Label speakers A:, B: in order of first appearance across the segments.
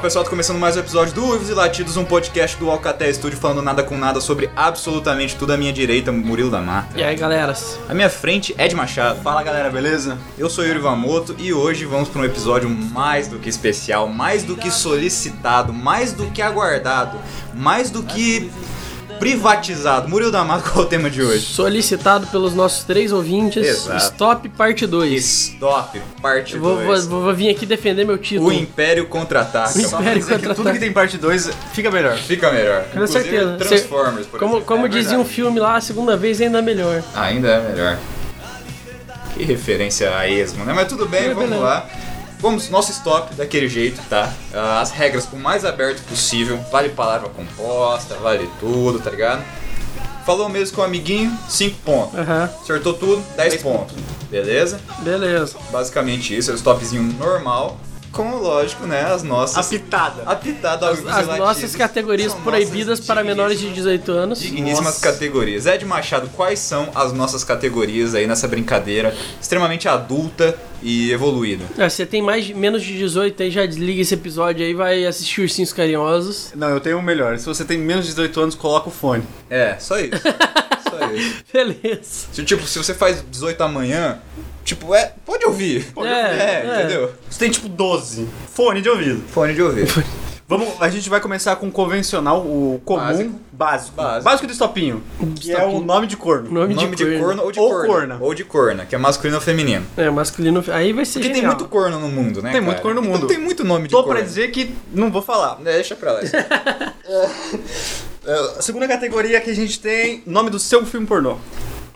A: pessoal, tá começando mais um episódio do Uivos e Latidos, um podcast do Alcatel Studio falando nada com nada sobre absolutamente tudo à minha direita, Murilo da Mata.
B: E aí, galera?
A: À minha frente, Ed Machado. Fala galera, beleza? Eu sou Yuri Vamoto e hoje vamos para um episódio mais do que especial, mais do que solicitado, mais do que aguardado, mais do que privatizado. Murilo da Mata, qual é o tema de hoje?
B: Solicitado pelos nossos três ouvintes,
A: Exato.
B: Stop Parte 2.
A: Stop, parte
B: Vou,
A: 2.
B: vou- vou- vou vir aqui defender meu título.
A: O Império contra-ataca.
B: Tipo, O Império
C: dizer que tudo
B: Contra-Ataca.
C: que tem parte 2 fica melhor.
A: Fica melhor.
B: Com
A: Inclusive,
B: certeza.
A: Transformers, por
B: Como,
A: exemplo.
B: como
A: É
B: dizia um
A: verdade.
B: filme lá, a segunda vez ainda melhor.
A: Ainda é melhor. Que referência a esmo, né? Mas tudo bem,
B: Tudo
A: vamos
B: bem.
A: lá. Vamos, nosso stop daquele jeito, tá? Ah, As regras o mais aberto possível. Vale palavra composta, vale tudo, tá ligado? Falou mesmo com o amiguinho, 5 pontos.
B: Aham,
A: Acertou tudo, 10 pontos. Beleza?
B: beleza.
A: Basicamente isso, é o stopzinho normal. Com, lógico, né, as nossas...
C: pitada.
A: A pitada,
B: As, as nossas categorias proibidas para menores de 18 anos.
A: Digníssimas
C: Nossa.
A: categorias. Ed Machado, quais são as nossas categorias aí nessa brincadeira extremamente adulta e evoluída?
B: Ah, Você tem mais de- menos de 18 aí, já desliga esse episódio aí, vai assistir Ursinhos Carinhosos.
C: Não, eu tenho um melhor. Se você tem menos de 18 anos, coloca o fone.
A: É, só isso. só isso.
B: Beleza.
A: Se, tipo, se você faz 18 amanhã, tipo, é, pode ouvir. Pode
B: É,
A: ouvir.
B: é.
A: entendeu?
C: Você tem tipo 12. Fone de ouvido.
A: Fone de ouvir.
C: Vamos, a gente vai começar com o convencional, o comum,
A: Básico.
C: básico. Básico,
A: Básico.
C: do estopinho. Que é o nome de corno.
B: Nome,
A: Nome de corno ou de
C: Ou
A: corna.
C: corna.
A: Ou de corna, que é masculino ou feminino.
B: É, masculino. Aí vai ser
A: Porque tem
B: genial.
A: muito corno no mundo, né?
C: Tem muito
A: cara?
C: corno no
A: Então
C: mundo.
A: Tem muito nome de
C: Tô
A: corno.
C: pra dizer que não vou falar.
A: É, deixa pra lá. isso.
C: A segunda categoria que a gente tem, nome do seu filme pornô.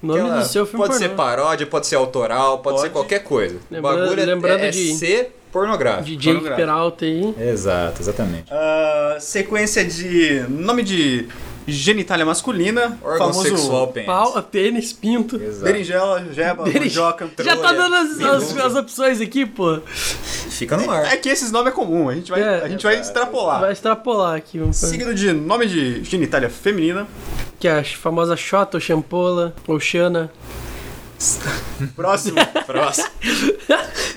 B: Nome
A: Aquela-
B: do seu filme
A: Pode
B: pornô.
A: ser paródia, pode ser autoral, pode,
C: Pode.
A: ser qualquer coisa.
B: Lembrando-
A: o bagulho é,
B: lembrando
A: é,
B: de-
A: ser pornográfico.
B: De Jake
C: Pornográfico.
B: Peralta aí.
A: Exato, exatamente.
C: Ah, sequência de nome de genitália masculina,
A: Órgão
C: famoso
A: sexual pênis.
B: Pau, tênis, pinto.
A: Exato.
C: berinjela, jeba,
B: Berinjela.
C: mandioca.
B: Já tá dando as, as,
A: Biluga.
B: as opções aqui, pô.
A: Fica no ar.
C: É que esses nomes é comum, a gente vai,
B: É.
C: a gente vai extrapolar.
B: Vai extrapolar aqui. Vamos fazer.
C: Seguido de nome de genitália feminina.
B: Que é a famosa Xota ou Champola ou Xana.
C: Próximo.
A: Próximo.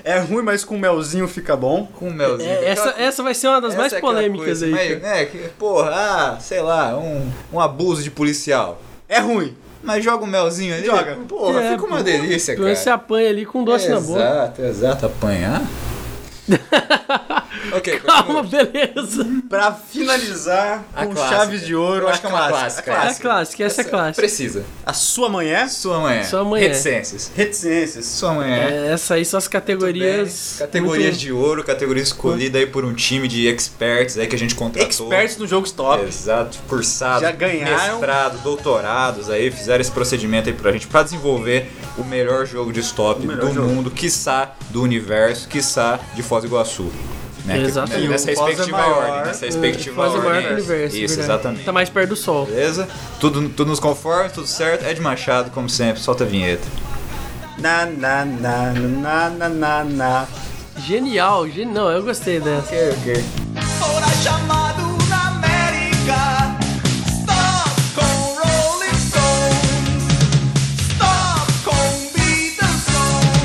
C: é ruim, mas com melzinho fica bom.
A: Com o melzinho.
B: É, essa, essa vai ser uma das
A: Essa é
B: mais
A: aquela
B: polêmicas
A: coisa,
B: aí.
A: mas,
B: cara.
A: né, que, porra, ah, sei lá, um, um abuso de policial.
C: É ruim.
A: Mas joga um melzinho ali.
C: Joga.
A: Porra,
B: É,
A: fica uma
B: pô,
A: delícia,
B: Pelo menos Você
A: cara.
B: apanha ali com doce na boca.
A: Exato, exato, apanhar. ok,
B: Calma,
A: continua.
B: Ah, beleza.
C: Pra finalizar
A: A
C: com
A: clássica.
C: chaves de ouro,
A: Eu acho que é uma clássica.
C: clássica.
B: É a clássica, essa é a clássica.
A: Precisa.
C: A sua mãe é?
A: Sua mãe. é.
B: Sua mãe é.
A: Reticências.
C: Reticências.
A: Sua mãe é.
B: É, Essa aí são as categorias.
A: Bem, Né? Categorias
B: muito-
A: de ouro, categoria escolhida aí por um time de experts aí que a gente contratou.
C: Experts no jogo stop.
A: Exato, cursado,
C: Já ganharam.
A: mestrado, doutorados aí, fizeram esse procedimento aí pra gente pra desenvolver o melhor jogo de stop
C: O melhor
A: do
C: jogo.
A: mundo, quiçá do universo, quiçá de Foz do Iguaçu. Né? que-
B: Exatamente.
A: Nessa
C: E o Foz é
A: respectiva
C: maior,
A: ordem, nessa respectiva
B: Faz o eh, é maior
A: ordem.
B: que o universo.
A: Isso,
B: verdade.
A: exatamente.
B: Tá mais perto do sol.
A: Beleza? Tudo, tudo nos conformes, tudo certo. Ed Machado, como sempre, solta a vinheta.
C: Na, na, na, na, na, na, na.
B: Genial, gen... não, eu gostei dessa.
A: Ok, ok.
D: Fora chamado na América. Stop com Rolling Stones. Stop com Beatles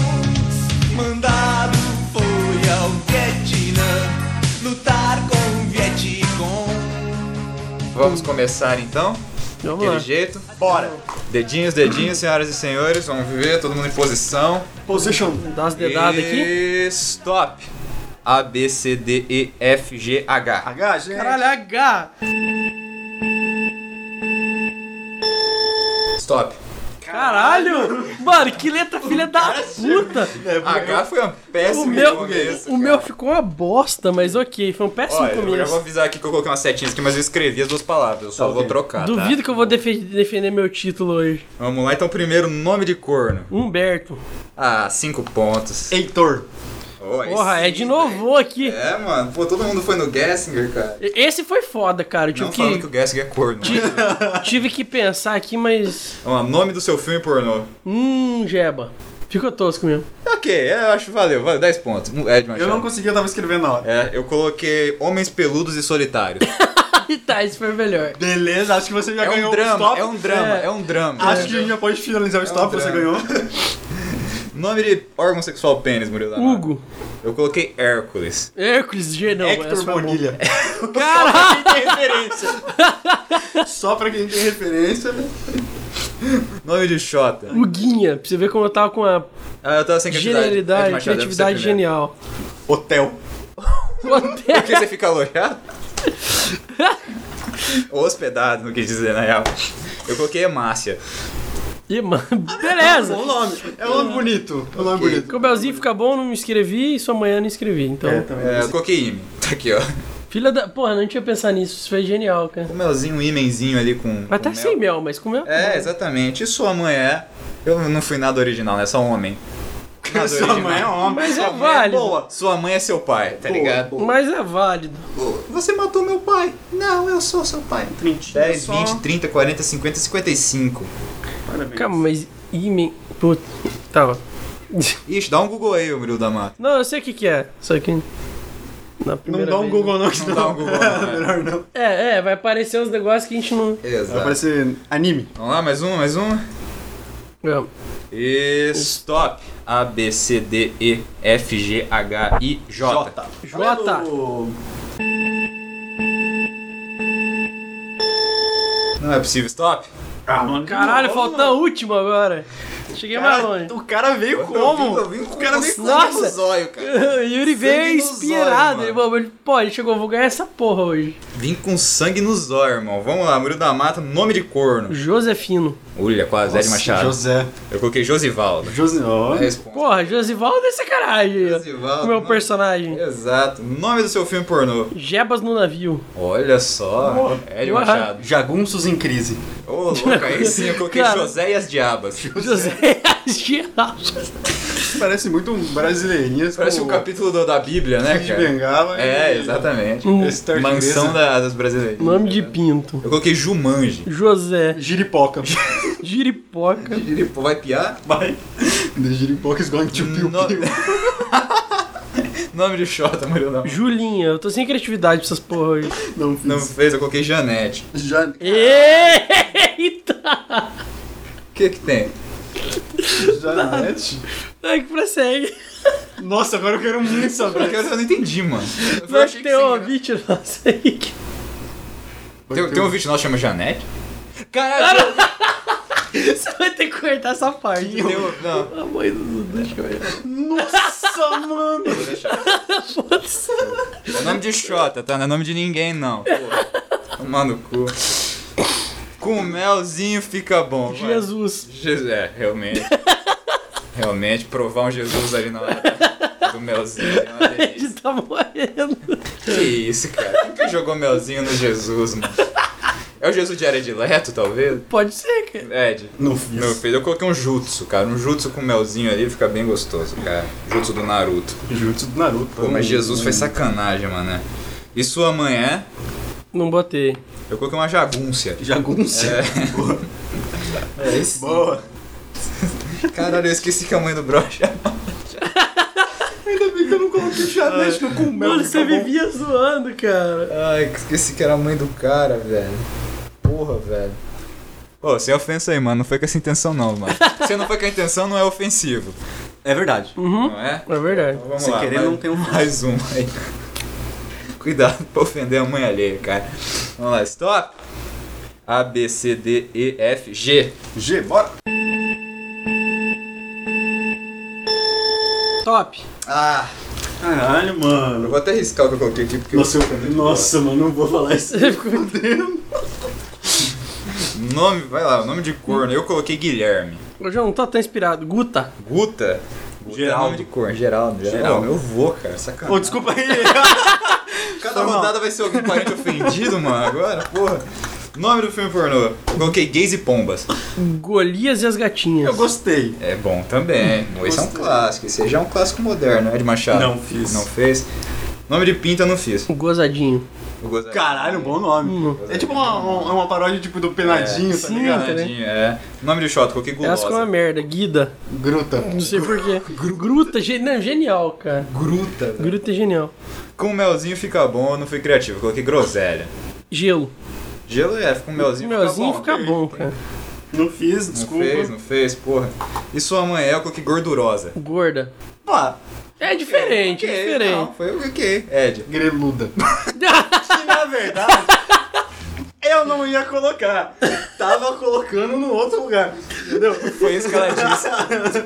D: Songs. Mandado foi ao Vietnã lutar com o Vietcong.
A: Vamos começar então.
B: Vamos
A: Aquele
B: lá.
A: jeito.
C: Bora.
A: Dedinhos, dedinhos, senhoras e senhores, vamos ver, todo mundo em posição.
C: Position.
B: Dá as dedadas aqui.
A: E stop! A, B, C, D, E, F, G, H.
C: H, gente.
B: Caralho, H!
A: Stop.
B: Caralho! Mano, que letra filha da puta!
A: H foi uma
B: O
A: péssima
B: meu,
A: começo,
B: o
A: é cara.
B: meu ficou uma bosta, mas ok, foi um péssimo
A: Olha, eu já vou
B: começo.
A: avisar aqui que eu coloquei umas setinhas aqui, mas eu escrevi as duas palavras, eu só
C: Tá, ok.
A: vou trocar. tá?
B: Duvido que eu vou defe- defender meu título hoje.
A: Vamos lá, então, primeiro, nome de corno.
B: Humberto.
A: Ah, cinco pontos.
C: Heitor.
A: Oi,
B: Porra, é
A: sim,
B: de novo aqui.
A: velho. É, mano, pô, todo mundo foi no Gessinger, cara.
B: E- Esse foi foda, cara. Eu
A: Não
B: Tive,
A: falando que
B: que,
A: o Gessinger é corno. mas-
B: tive que pensar aqui, mas.
A: Vamos lá, nome do seu filme pornô.
B: Hum, Jeba. Ficou tosco mesmo.
A: Ok, é, eu acho valeu, valeu, 10 pontos. Ed Machado.
C: Eu não consegui, eu tava escrevendo na hora.
A: É, eu coloquei Homens Peludos e Solitários.
B: E tá, esse foi melhor.
C: Beleza, acho que você já
A: É
C: Tá ganhou
A: um
C: o
A: drama,
C: stop.
A: é um drama, é,
B: É.
A: um drama.
C: Acho que a gente já pode finalizar o stop, você
A: drama.
C: ganhou.
A: É. Nome de órgão sexual pênis, Murilo. da Mata.
B: Hugo.
A: Eu coloquei Hércules.
B: Hércules G, não. essa
C: Hector
B: foi boa.
C: Bonilha.
B: Caralho!
C: Só pra quem tem referência. Só pra quem tem referência. né?
A: Nome de Xota.
B: O Guinha, pra você ver como eu tava com a
A: Ah, eu tava sem criatividade. Ed Machado,
B: genialidade,
A: deve ser
B: criatividade
A: primeiro.
B: genial.
C: Hotel.
B: Hotel.
A: Por que você fica alojado? Ou hospedado, não quis dizer, na real. Eu coloquei Hemácia.
B: Ih, mano,
A: Tá
B: beleza.
C: Bom nome. É um nome
A: Ah.
C: bonito. É um nome bonito.
B: O Belzinho fica bom, não me inscrevi e sua manhã não inscrevi. Então,
A: É, eu coloquei Imen. Tá aqui, ó.
B: filha da. Porra, não tinha pensado nisso, isso foi genial, cara.
A: O melzinho, um imenzinho ali com.
B: Mas
A: com
B: tá
A: mel.
B: sem mel, mas com mel.
A: É, exatamente. E sua mãe é. Eu não fui nada original, né? Só homem. Nada
C: Sua mãe é homem.
B: Mas
A: Sua
B: é
A: mãe é
B: válido.
A: boa. Sua mãe é seu pai, tá ligado?
B: Mas é válido.
C: Você matou meu pai. Não, eu sou seu pai.
A: Tá 10, 20, 30, 40, 50, 55.
B: Calma, mas. Imen. Puta. Tava.
A: Ixi, dá um Google aí, ô Murilo da Mata.
B: Não, eu sei o que que é. Só que. Na
C: Não
B: primeira
C: dá um
B: vez,
C: Google não, que
A: Não dá um Google, não.
C: Melhor não.
B: É, é, vai aparecer uns negócios que a gente não.
A: Exato.
C: Vai parecer anime.
A: Vamos lá, mais um, mais um.
B: É.
A: E stop. A, B, C, D, E, F, G, H, I, J.
B: Jota.
A: Não é possível, stop.
C: Ah, mano,
B: Caralho, faltou a última agora. Cheguei mais longe.
C: O cara veio
A: Como?
C: como?
A: o cara
B: nem
A: nem
B: sangue no
A: um zóio, cara.
B: O Yuri veio
A: Sangue nos olhos,
B: inspirado. Ele,
A: mano.
B: falou, ele, pô, ele chegou, vou ganhar essa porra hoje.
A: Vim com sangue no zóio, irmão. Vamos lá, Murilo da Mata, nome de corno.
B: Josefino.
A: Olha, quase, Ed Machado.
C: José.
A: Eu coloquei Josivaldo.
C: José. ó.
A: Responde.
B: Porra, Josivaldo é sacanagem.
A: Josivaldo, né?
B: O meu
A: não.
B: personagem.
A: Exato. Nome do seu filme pornô.
B: Jebas no navio.
A: Olha só. Ed
B: eu
A: Machado.
C: Jagunços em crise.
A: Ô, louco, aí sim eu coloquei
B: Cara.
A: José e as Diabas.
B: José
A: é.
B: Geraldo.
C: Parece muito um brasileirinhas.
A: Parece
C: com
A: um capítulo do- da Bíblia, né,
C: de
A: cara?
C: Bengala. né?
A: É,
C: e-
A: exatamente.
B: Hum.
C: Esse tarde
A: Mansão
C: inglesa.
A: da- das brasileiras.
B: Nome de Pinto.
A: Eu coloquei Jumanji.
B: José
C: Giripoca.
B: Giripoca.
A: Pô, vai piar?
C: Vai. The Giripoca is going to piu
A: No-
C: piu.
A: Nome de Xota, Murilo da Mata.
B: Julinha. Eu tô sem criatividade pra essas porra hoje.
C: Não
A: Não
C: fiz.
A: fez, eu coloquei Janete.
C: Já.
B: Eita!
A: O que que tem?
C: Janete.
B: Ai, que prossegue.
C: Nossa, agora eu quero muito
A: Eu
C: saber.
A: quero- eu não entendi, mano. Eu
B: Vai
A: achei que
B: ter um
A: sim, né?
B: ouvinte nosso aí que-
A: Tem, tem um vídeo nosso que chama Janete? Caralho!
B: Você vai ter que cortar essa parte. Ah,
A: Tem um- Não,
B: Pelo amor de Deus, deixa eu ver.
C: Nossa, mano.
A: vou deixar. É nome de Xota, tá? Não é nome de ninguém, não. Pô, Tomar no cu. Com melzinho fica bom, vai.
B: Jesus.
A: Jesus, é, realmente. realmente, provar um Jesus ali na hora do melzinho. é uma delícia.
B: Ele tá morrendo.
A: Que isso, cara? Quem que jogou melzinho no Jesus, mano? É o Jesus de Aredileto, talvez? É,
B: Pode ser, cara.
A: Ed.
C: Não fiz.
A: Não fez. Eu coloquei um jutsu, cara. Um jutsu com melzinho ali fica bem gostoso, cara. Jutsu do Naruto.
C: Jutsu do Naruto.
A: Pô, mas Jesus foi sacanagem, mano. E sua mãe é?
B: Não botei.
A: Eu coloquei uma É. jagúncia.
C: Jagunça.
A: É isso.
C: Boa.
A: Caralho, eu esqueci que a mãe do brocha.
C: Ainda bem que eu não coloquei Janete no com mel.
B: Mano, você
C: fica
A: tá
C: bom.
B: vivia zoando, cara.
A: Ai, que esqueci que era a mãe do cara, velho. Porra, velho. Ô, sem ofensa aí, mano. Não foi com essa intenção, não, mano. Se não foi com a intenção, não é ofensivo.
C: É verdade.
A: Não é?
B: É verdade.
A: Então vamos
C: Sem
A: lá.
C: querer,
A: mais,
C: não tem um-
A: Mais um aí. Cuidado pra ofender a mãe alheia, cara. Vamos lá, stop. A, B, C, D, E, F, G.
C: G, bora.
B: Top.
A: Ah,
C: Caralho,
A: eu
C: mano.
A: vou até riscar o que eu coloquei aqui porque
C: Nossa, eu- Nossa, mano, não vou falar isso.
A: Nome, vai lá, o nome de corno. Eu coloquei Guilherme.
B: Hoje eu não tô tão inspirado. Guta.
A: Guta? Guta É
C: Geraldo.
A: nome de corno. Geraldo,
C: Geraldo.
A: Geraldo. Meu avô, cara, sacanagem.
C: Pô, desculpa aí.
A: Cada rodada vai ser algum parente ofendido, mano, agora, porra. Nome do filme pornô. Eu Coloquei Gays e Pombas.
B: Golias e as gatinhas.
C: Eu gostei.
A: É bom também. Esse é um
C: Gostei.
A: clássico. Esse aí já é um clássico moderno, é de Machado.
C: Não fiz.
A: Não fez. Nome de pinta eu não fiz.
B: Gozadinho.
A: Eu gostaria.
C: Caralho, bom nome.
B: Hum.
C: É tipo uma, uma, uma paródia tipo do Penadinho, tá
B: Sim,
C: ligado?
B: tá ligado?
A: Tadinho, É. Nome de shot, coloquei
B: Elas
A: gulosa.
B: com uma merda. Guida.
C: Gruta.
B: Não sei porquê. Gruta. Ge... Não, genial, cara.
A: Gruta. velho.
B: Gruta é genial.
A: Com melzinho fica bom, eu não fui criativo. eu Coloquei groselha.
B: Gelo.
A: Gelo é, fica um melzinho,
B: Melzinho
A: fica bom.
B: fica bom, cara.
C: Não fiz,
A: Não
C: desculpa.
A: fez, não fez, porra. E sua mãe, Elco, que gordurosa.
B: Gorda.
C: Pá,
B: É diferente,
A: Ok, então.
B: é diferente.
A: Não, foi o que, Ed?
C: greluda. que na verdade eu não ia colocar. Tava colocando no outro lugar. Entendeu?
A: Foi isso que ela disse.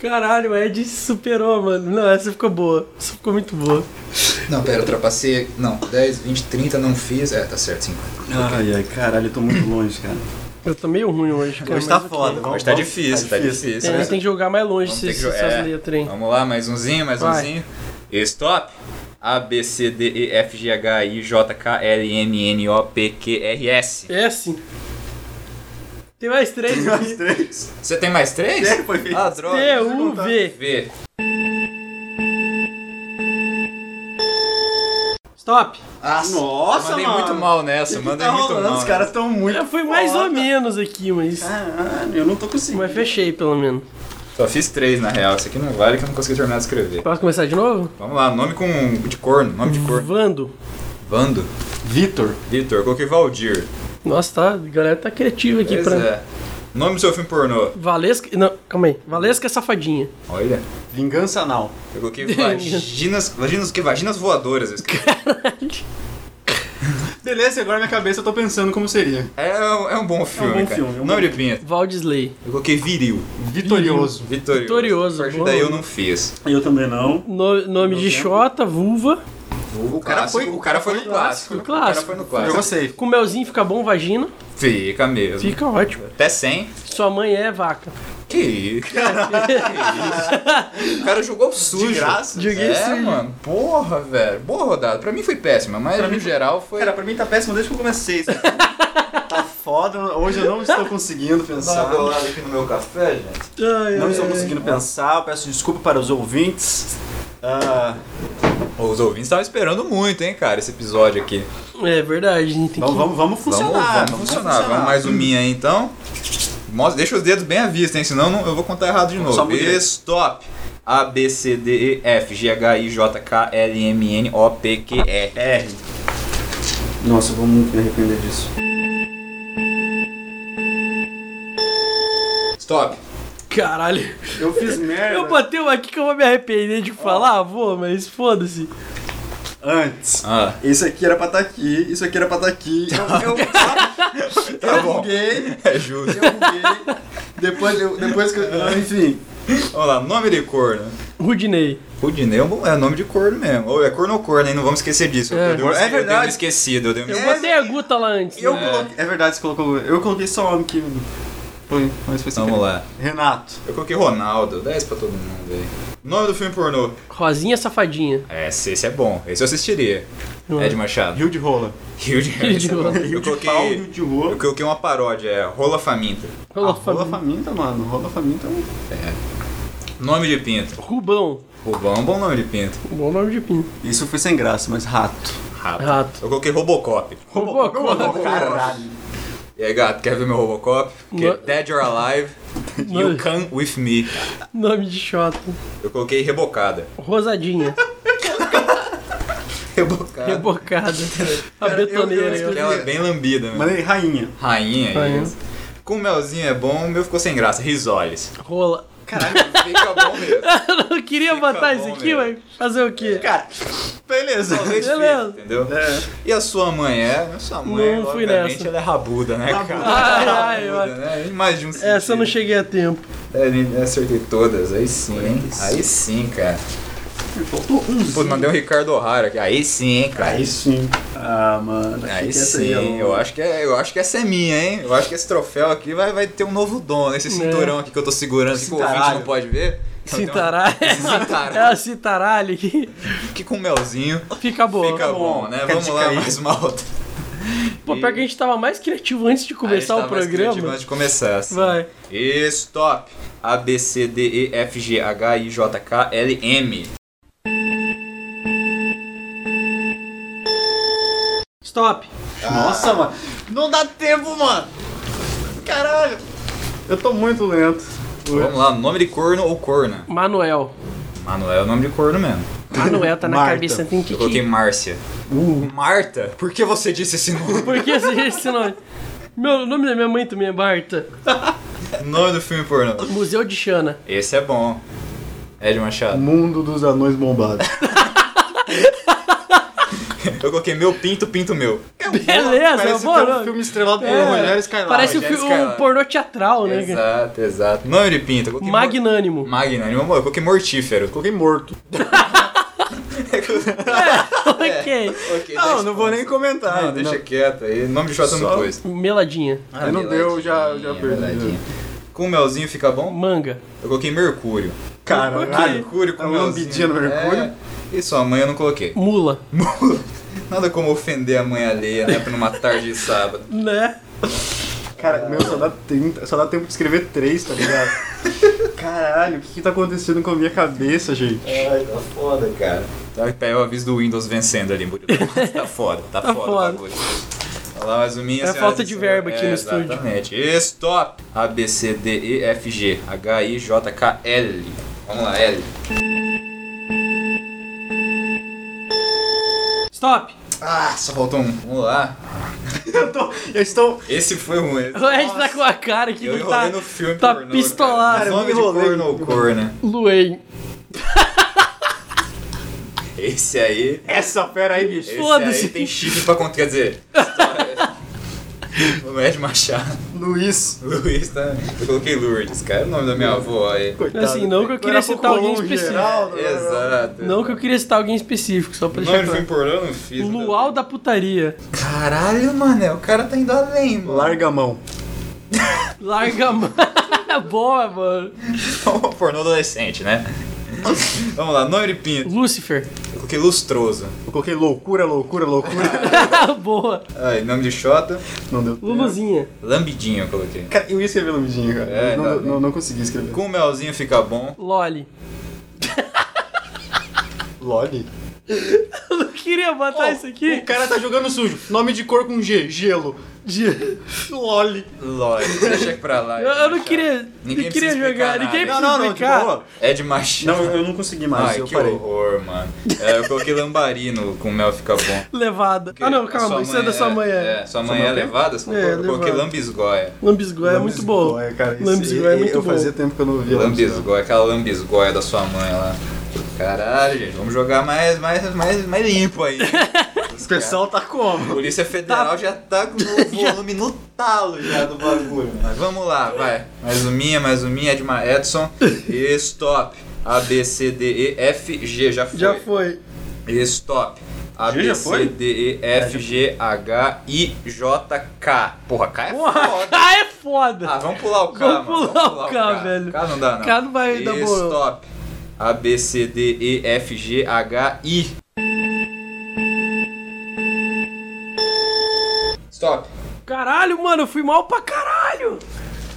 B: Caralho, o Ed superou, mano. Não, essa ficou boa. Essa ficou muito boa.
A: Não, pera, ultrapassei. Não, 10, 20, 30, não fiz. É, tá certo, 50.
C: Ai, ai, caralho, eu tô muito longe, cara.
B: Eu tô meio ruim hoje, cara.
C: Hoje tá
B: mas ok.
C: foda. Vamos,
A: Hoje tá
C: vamos.
A: difícil, tá difícil.
B: É, a
A: né?
B: gente tem que jogar mais longe
A: Vamos
B: se
A: ter que jo-
B: essas
A: é.
B: letras aí.
A: Vamos lá, mais umzinho, mais
B: Vai.
A: umzinho. Stop. A, B, C, D, E, F, G, H, I, J, K, L, M, N, O, P, Q, R, S.
B: É assim. Tem mais três.
C: Mais três.
A: Você tem mais três?
C: É, foi feito.
A: Ah, droga.
B: D, U, V.
A: V.
B: Stop.
C: Nossa,
A: mandei
C: mano.
A: muito mal nessa,
C: O que
A: mandei
C: tá
A: muito
C: rolando?
A: mal. né?
C: Os caras tão muito.
B: Eu fui É, mais
C: foda.
B: ou menos aqui, mas.
C: Caralho, eu não tô conseguindo.
B: Mas fechei, pelo menos.
A: Só fiz três, na real. Isso aqui não vale que eu não consegui terminar de escrever.
B: Posso começar de novo?
A: Vamos lá, nome com de corno, nome de
B: Uhum.
A: corno.
B: Vando.
A: Vando.
C: Vitor.
A: Vitor, eu coloquei Valdir.
B: Nossa, tá, a galera tá criativa aqui
A: Pois
B: pra.
A: é. Nome do seu filme pornô.
B: Valesca. Não, calma aí. Valesca é Safadinha.
A: Olha.
C: Vingança anal.
A: Eu coloquei vaginas. Vaginas o quê? Vaginas voadoras. eu escrevi.
C: Beleza, agora na minha cabeça eu tô pensando como seria.
A: É, um- é um bom filme,
C: bom
A: cara.
C: filme, é um
A: nome
C: bom
A: de pinta.
B: Valdisley.
A: Eu coloquei viril.
C: Vitorioso.
A: Vitorioso.
B: Vitorioso,
A: A partir
B: boa.
A: daí eu não fiz.
C: Eu também não.
B: No- nome de
C: tempo.
B: Xota, vulva.
A: O,
C: cara foi-
A: o cara foi no clássico.
B: clássico,
A: O cara
B: clássico.
A: foi no
C: Eu
A: clássico.
C: gostei.
B: Com melzinho fica bom, vagina.
A: Fica mesmo.
B: Fica ótimo.
A: Até 100.
B: Sua mãe é vaca.
A: Que isso? que isso? O cara jogou sujo.
C: De graça?
B: Joguei
A: é,
B: sujo.
A: mano. Porra, velho. Boa rodada. Pra mim foi péssima, mas no geral foi.
C: Cara, pra mim tá péssimo desde que eu comecei. sabe? tá foda, hoje eu não estou conseguindo pensar.
A: aqui no meu café, gente.
C: Não estou conseguindo pensar, eu peço desculpa para os ouvintes. Ah,
A: Os ouvintes estavam esperando muito, hein, cara, esse episódio aqui.
B: É verdade, a gente tem
C: vamos,
B: que.
C: vamos, vamos funcionar.
A: vamos, vamos, funcionar. Vamos mais um minha aí, então. Mostra- deixa os dedos bem à vista, hein? Senão não- eu vou contar errado de novo.
C: Só um direito.
A: Stop. A, B, C, D, E, F, G, H, I, J, K, L, M, N, O, P, Q, R. R.
C: Nossa, eu vou muito me arrepender disso.
A: Stop.
B: Caralho.
C: Eu fiz merda
B: Eu botei uma aqui que eu vou me arrepender de falar, vou, mas foda-se.
C: antes.
A: Ah,
C: Isso aqui era pra estar aqui, isso aqui era pra estar aqui. Eu, eu,
A: tá
C: eu
A: bom.
C: buguei,
A: É justo.
C: eu buguei. É. Depois, eu- depois que eu. Enfim.
A: Vamos lá, nome de corno.
B: Rudinei.
A: Rudinei é um bom- é nome de corno mesmo. Ou é corno ou corno, hein? Não vamos esquecer disso. Eu
B: É.
A: dei uma- eu
C: É
A: dei uma
C: verdade.
A: esquecida, eu dei uma
B: Eu
A: esquecida.
B: botei a Guta lá antes.
C: Eu
B: né?
C: coloquei. É verdade, você colocou. Eu coloquei só homem que. Foi, mas foi sem
A: Vamos
C: querer.
A: lá.
C: Renato.
A: Eu coloquei Ronaldo. 10 pra todo mundo aí. Nome do filme pornô.
B: Rosinha Safadinha.
A: É, Esse, esse é bom. Esse eu assistiria.
B: Não é?
A: Ed Machado.
C: Rio de Rola.
A: Rio de
B: Rio de
A: esse é bom.
B: Rola.
A: Eu
C: Pau,
A: coloquei.
C: Rio de Rola.
A: Eu coloquei uma paródia, é Rola Faminta.
B: Olha
C: Ah,
B: lá, família.
C: rola faminta, mano. Rola faminta é um.
A: Nome de pinta.
B: Rubão.
A: Rubão é um bom nome de pinta.
B: Bom nome de pinto.
C: Isso foi sem graça, mas rato.
A: Rato.
B: Rato.
A: Eu coloquei Robocop.
B: Robocop.
C: Caralho.
A: E aí, gato, quer ver meu Robocop? Porque
B: No-
A: Dead or Alive, You
B: No-
A: Come With Me.
B: Nome de Xota.
A: Eu coloquei Rebocada.
B: Rosadinha.
A: Rebocada.
B: Rebocada. A
C: eu- eu
B: betoneira. aí, ó.
A: Ela é bem lambida, né?
C: Mandei rainha.
A: Rainha,
B: Rainha.
A: isso. Com melzinho é bom, o meu ficou sem graça. Risoles.
B: Rola.
C: Caralho.
A: Fica bom mesmo.
B: Eu não queria
A: Fica
B: botar
A: bom,
B: isso aqui,
A: velho.
B: mas fazer o quê?
C: Cara, beleza.
A: Talvez
B: Beleza.
A: fique, entendeu?
C: É.
A: E a sua mãe é? A sua mãe,
B: Não fui
A: obviamente,
B: nessa.
A: ela é rabuda, né, cara?
B: Ai, ai,
A: Rabuda,
B: ai.
A: né? Mais de um
B: Essa eu não
A: sentido.
B: cheguei a tempo.
A: É, nem- acertei todas, aí sim, hein?
C: 45.
A: Aí sim, cara.
C: Faltou um.
A: Pô, mandei o Ricardo O'Hara aqui. Aí sim, hein, cara.
C: Aí sim. Ah, mano. acho
A: Aí
C: que essa aí é
A: sim,
C: um-
A: eu acho, que é, eu acho que essa é minha, hein? Eu acho que esse troféu aqui vai, vai ter um novo dono.
B: É.
A: Esse cinturão aqui que eu tô segurando, aqui, que o ouvinte
C: Cintaralho.
A: não pode ver. Então tem uma-
B: Cintaralho.
A: Cintaralho.
B: É a cintaralho que
A: Que com melzinho
B: fica boa.
A: fica bom, né?
C: Fica
A: Vamos
C: de
A: lá,
C: cair.
A: mais uma outra.
B: Pô, pior que a gente tava mais criativo antes de começar
A: A
B: o
A: gente tá mais criativo
B: programa.
A: Antes de começar, assim.
B: Vai.
A: E stop. A, B, C, D, E, F, G, H, I, J, K, L, M.
B: Stop.
C: Nossa, mano. Não dá tempo, mano. Caralho. Eu tô muito lento.
A: Vamos lá, nome de corno ou corna?
B: Manuel.
A: Manuel é o nome de corno mesmo.
B: Manuel tá na
C: Marta.
B: cabeça, tem que.
A: Eu coloquei Márcia.
C: Uh.
A: Marta? Por que você disse esse nome?
B: Por que esse esse nome? Meu, o nome da minha mãe também é Marta.
A: É Nome do filme pornô.
B: Museu de Xana.
A: Esse é bom. Ed Machado.
C: Mundo dos anões bombados.
A: Eu coloquei meu pinto, pinto meu.
B: Beleza,
C: Parece que é um
B: mano.
C: filme estrelado por Rogério Skylab.
B: Parece um,
A: Rogério
B: fi- um
A: Skylab.
B: pornô teatral, né? cara?
A: Exato, exato. Nome de pinto. eu coloquei mor-
B: Magnânimo.
A: Magnânimo. amor, Eu coloquei mortífero.
C: Coloquei morto.
B: ok.
A: Ok,
C: Não, não vou nem comentar.
A: Não, deixa quieto aí. Nome de shot eu não
C: Só-
A: pus.
B: Meladinha.
A: Ah,
C: Aí não deu, já- já perdi,
A: meladinha. Com melzinho fica bom?
B: Manga.
A: Eu coloquei mercúrio.
C: Caralho.
A: Mercúrio com melzinho.
C: Uma Ah, é um lambidinha no mercúrio.
A: É. E sua mãe eu não coloquei.
B: Mula.
A: Nada como ofender a mãe alheia, né? Pra numa tarde de sábado.
B: Né?
C: Cara, meu, só dá, 30, só dá tempo de escrever três, tá ligado? Caralho, o que que tá acontecendo com a minha cabeça, gente?
A: Ai, tá foda, cara. Tá aí o aviso do Windows vencendo ali, Murilo. Tá foda, tá, foda,
B: foda.
A: o bagulho. Olha lá, mais um minha
B: É
A: senhoras
B: falta
A: e
B: de
A: senhores.
B: verbo aqui
A: É,
B: no estúdio.
A: Exatamente. Stop! A, B, C, D, E, F, G, H, I, J, K, L. Vamos lá, L.
B: Stop.
A: Ah, só faltou um. Vamos lá.
C: Eu, tô, eu estou.
A: Esse foi um erro.
B: O Ed tá com a cara que
A: Eu
B: não tá.
A: enrolei no filme
B: tá
A: pornô,
B: pistolado.
A: Cara.
C: Cara, eu
A: Nome de
C: enrolei.
A: pornô né? corna.
B: Luem.
A: Esse aí...
C: Essa fera aí, bicho.
A: Esse
B: Foda-se.
A: aí tem chifre pra contar, quer dizer... história. O Ed Machado.
C: Luiz.
A: Luiz, tá? Eu coloquei Lourdes, cara. É o nome da minha avó aí.
C: Coitado.
B: Assim, não que eu queria
C: Era
B: citar alguém
C: Pocolon,
B: específico.
C: Geraldo, né?
A: Exato.
B: Não que eu queria citar alguém específico, só pra
A: Não,
B: deixar
A: ele foi
B: claro.
A: importando, eu não fiz. né?
B: Luau da putaria.
A: Caralho, mano, o cara tá indo além, mano.
C: Larga a mão.
B: Larga a mão. Boa, mano.
A: pornô adolescente, né? Vamos lá, nome de pinto.
B: Lúcifer.
A: Eu coloquei lustroso.
C: Eu coloquei loucura, loucura, loucura.
B: Boa.
A: Aí, nome de Xota.
C: não deu tempo.
B: Luluzinha.
A: Lambidinho eu coloquei.
C: Cara, eu ia escrever Lumidinho, cara.
A: É,
C: não,
A: tá
C: não,
A: bem.
C: não- não consegui escrever.
A: Com melzinho fica bom.
B: Loli.
C: Loli?
B: Eu não queria matar isso Ah, aqui.
C: O cara tá jogando sujo. Nome de cor com G. Gelo.
B: De-
C: Loli.
A: Lógico, deixa pra lá.
B: Eu, eu não queria.
A: Ninguém
B: não queria
A: precisa explicar
B: jogar.
A: nada.
B: Ninguém
A: Não,
B: precisa explicar.
A: É de machismo.
C: Não, eu não consegui mais,
A: Ai,
C: eu
A: que
C: parei.
A: horror, mano. É, eu coloquei lambarino com mel fica bom.
B: Levada. Ah não, calma, isso é da sua mãe.
A: É,
B: É.
A: sua mãe é levada?
B: É,
A: Eu coloquei
B: levada.
A: lambisgoia.
B: Lambisgoia é muito bom.
C: Lambisgoia, Cara, esse-
B: Lambisgoia é muito
C: eu
B: bom.
C: fazia tempo que eu não via
A: Lambisgoia, aquela lambisgoia da sua mãe lá. Caralho, gente, vamos jogar mais, mais, mais, mais limpo aí.
C: O pessoal tá
A: A
C: como?
A: Polícia Federal já tá com o volume no talo já do bagulho. Mas vamos lá, vai. Mais um minha, mais um minha, Edmar Edson. E stop. A, B, C, D, E, F, G. Já foi.
B: Já foi.
A: E stop. A,
C: G
A: B,
C: já
A: C,
C: foi?
A: D, E, F, G, H, I, J, K. Porra, K é
B: Porra,
A: foda.
B: é foda.
A: Ah, vamos pular o K,
B: Vamos
A: mano.
B: pular o K, velho.
A: K não dá, não.
B: K não vai
A: e
B: dar boa.
A: stop. A, B, C, D, E, F, G, H, I. Stop.
B: Caralho, mano, eu fui mal pra caralho.